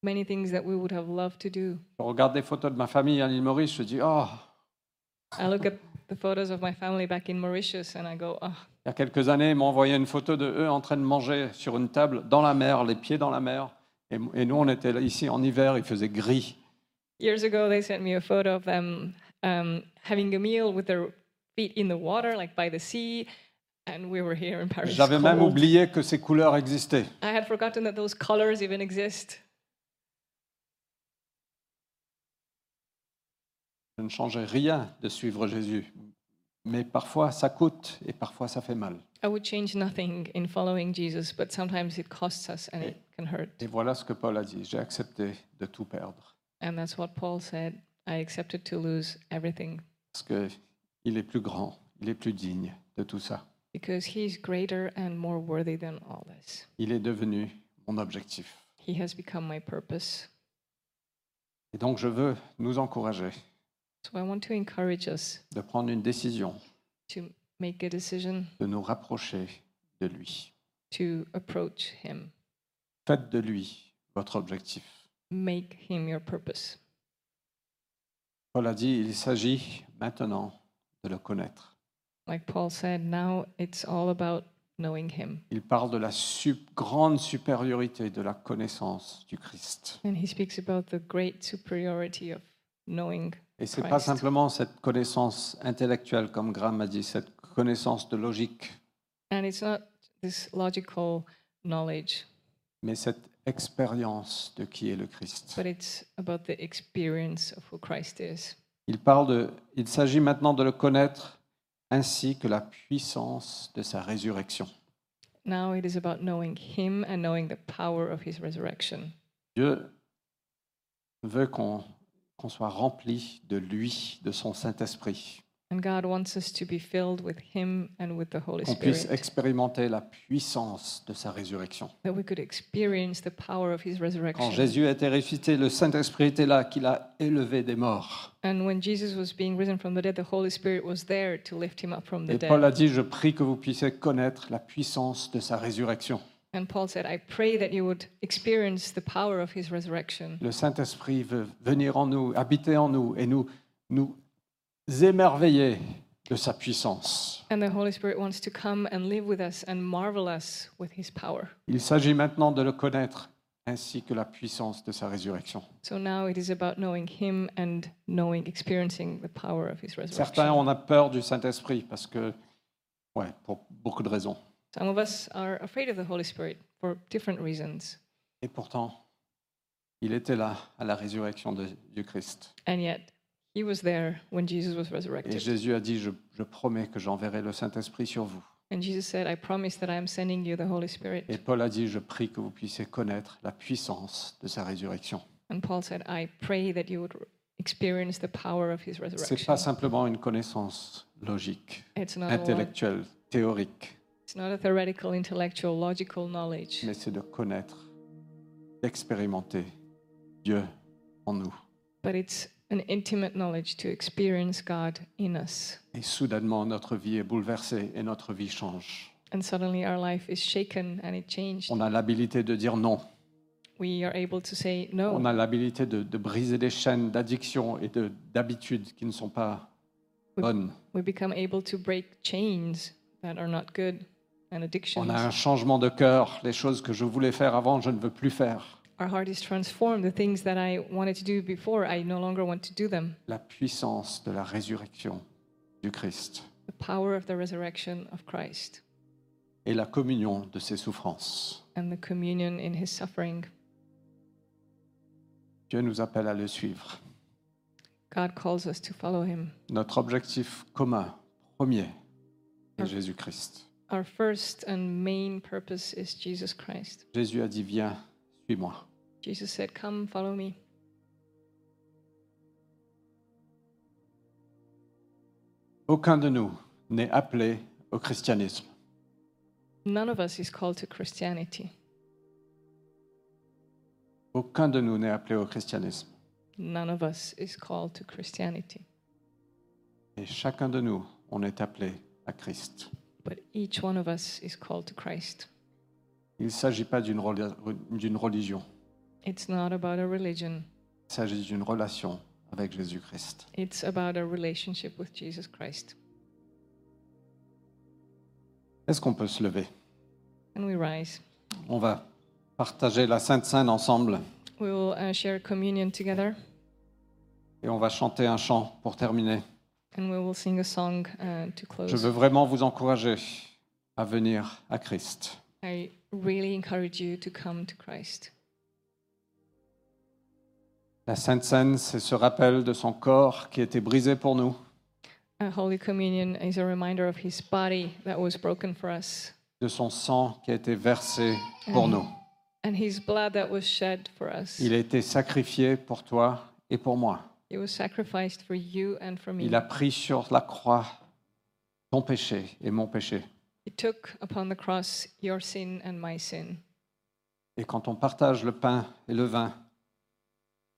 many things that we would have loved to do.
Je regarde des photos de ma famille à l'île Maurice, je dis, oh,
I look at the photos of my family back in Mauritius and I go, oh,
Il y a quelques années, ils m'ont envoyé une photo de eux en train de manger sur une table dans la mer, les pieds dans la mer. Et, et nous, on était là, ici en hiver, il faisait gris.
Years ago, they sent me a photo of them um, having a meal with their feet in the water, like by the sea, and we were here in Paris.
J'avais même
cold.
oublié que ces couleurs existaient.
I had forgotten that those colors even exist.
Je ne changeais rien de suivre Jésus. Mais parfois, ça coûte et parfois, ça fait mal.
I would change nothing in following Jesus, but sometimes it costs us and it can hurt.
Et voilà ce que Paul a dit. J'ai accepté de tout perdre
And that's what Paul said. I accepted to lose everything
parce qu'il est plus grand, il est plus digne de tout ça.
because he's greater and more worthy than all this.
Il est devenu mon objectif.
He has become my purpose.
Et donc, je veux nous encourager
So I want to encourage us
de prendre une décision,
to make a decision
de nous rapprocher de lui.
to approach him.
Faites de lui votre objectif.
make him your purpose.
Paul a dit, il s'agit maintenant de le connaître.
Like Paul said, now it's all about knowing him.
Il parle de la sup- grande supériorité de la connaissance du Christ.
And he speaks about the great superiority of knowing.
Et c'est pas
Christ.
simplement cette connaissance intellectuelle, comme Graham a dit, cette connaissance de logique,
And it's not this logical knowledge,
mais cette expérience de qui est le Christ.
but it's about the experience of who Christ is.
Il parle de, il s'agit maintenant de le connaître ainsi que la puissance de sa résurrection.
Now it is about knowing him and knowing the power of his resurrection.
Dieu veut qu'on qu'on soit rempli de lui, de son Saint-Esprit,
And God wants us to be filled with him and with the Holy
qu'on puisse
Spirit,
expérimenter la puissance de sa résurrection.
that we could experience the power of his
Quand
resurrection.
Jésus a été ressuscité, le Saint-Esprit était là, qu'il a élevé des morts.
And when Jesus was being risen from the dead, the Holy Spirit was there to lift him up from the
Et
dead.
Paul a dit, je prie que vous puissiez connaître la puissance de sa résurrection.
And Paul said, I pray that you would experience the power of his resurrection.
Le Saint-Esprit veut venir en nous, habiter en nous et nous, nous émerveiller de sa puissance.
And the Holy Spirit wants to come and live with us and marvel us with his power.
Il s'agit maintenant de le connaître ainsi que la puissance de sa résurrection.
So now it is about knowing him and knowing, experiencing the power of his resurrection.
Certains, on a peur du Saint-Esprit parce que, ouais, pour beaucoup de raisons.
Some of us are afraid of the Holy Spirit for different reasons.
Et pourtant, il était là à la résurrection de- du Christ.
And yet, he was there when Jesus was
Et
resurrected.
Jésus a dit, je, je promets que j'enverrai le Saint-Esprit sur vous.
And Jesus said, I promise that I am sending you the Holy Spirit.
Et Paul a dit, je prie que vous puissiez connaître la puissance de sa résurrection.
And Paul said, I pray that you would experience the power of his
Ce n'est
resurrection.
pas simplement une connaissance logique,
It's not, a lo-
intellectuelle, théorique,
it's not a theoretical, intellectual, logical knowledge,
mais c'est de connaître, d'expérimenter Dieu en nous.
but it's an intimate knowledge to experience God in us.
Et soudainement, notre vie est bouleversée et notre vie change.
And suddenly our life is shaken and it changed.
On a l'habilité de dire non.
We are able to say no.
On a l'habilité de, de briser des chaînes d'addiction et de- d'habitudes qui ne sont pas
Oui.
bonnes.
We become able to break chains that are not good and addictions.
On a un changement de cœur. Les choses que je voulais faire avant, je ne veux plus faire.
Our heart is transformed. The things that I wanted to do before, I no longer want to do them.
La puissance de la résurrection du Christ
The power of the resurrection of Christ
et la communion de ses souffrances.
and the communion in his suffering.
Dieu nous appelle à le suivre.
God calls us to follow him.
Notre objectif commun, premier, est
Ah.
Jésus-Christ.
Our first and main purpose is Jesus Christ.
Jésus a dit, viens, suis-moi.
Jesus said, Come, follow me.
Aucun de nous n'est appelé au christianisme.
None of us is called to Christianity.
Aucun de nous n'est appelé au christianisme.
None of us is called to Christianity.
Et chacun de nous, on est appelé à Christ.
But each one of us is called to Christ.
Il ne s'agit pas d'une reli- d'une religion,
It's not about a religion,
il s'agit d'une relation avec Jésus-Christ.
it's about a relationship with Jesus Christ.
Est-ce qu'on peut se lever
And we rise.
On va partager la Sainte Seine ensemble
We will uh, share communion together
et on va chanter un chant pour terminer.
and we will sing a song uh, to
Je
close.
veux vraiment vous encourager à venir à Christ.
I really encourage you to come to Christ.
La Sainte Seine, c'est ce rappel de son corps qui était brisé pour nous,
Uh, Holy Communion is a reminder of his body that was broken for us
de son sang qui a été versé pour nous.
and his blood that was shed for us.
Il a été sacrifié pour toi et pour moi.
It was sacrificed for you and for me.
Il a pris sur la croix ton péché et mon péché.
He took upon the cross your sin and my sin.
Et quand on partage le pain et le vin,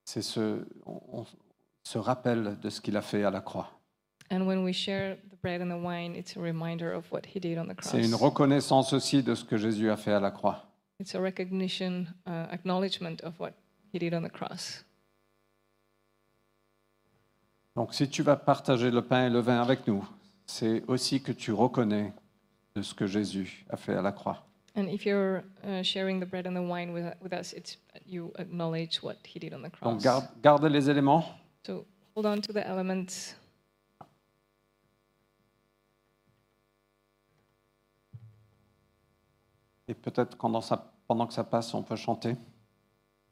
c'est ce, on, on se rappelle de ce qu'il a fait à la croix.
And when we share the bread and the wine, it's a reminder of what he did on the cross.
C'est une reconnaissance aussi de ce que Jésus a fait à la croix.
It's a recognition, uh, acknowledgement of what he did on the cross.
Donc si tu vas partager le pain et le vin avec nous, c'est aussi que tu reconnais de ce que Jésus a fait à la croix.
And if you're uh, sharing the bread and the wine with, with us, it's you acknowledge what he did on the
Donc
cross.
garde, garde les éléments.
So hold on to the elements.
Et peut-être pendant, ça- pendant que ça passe, on peut chanter.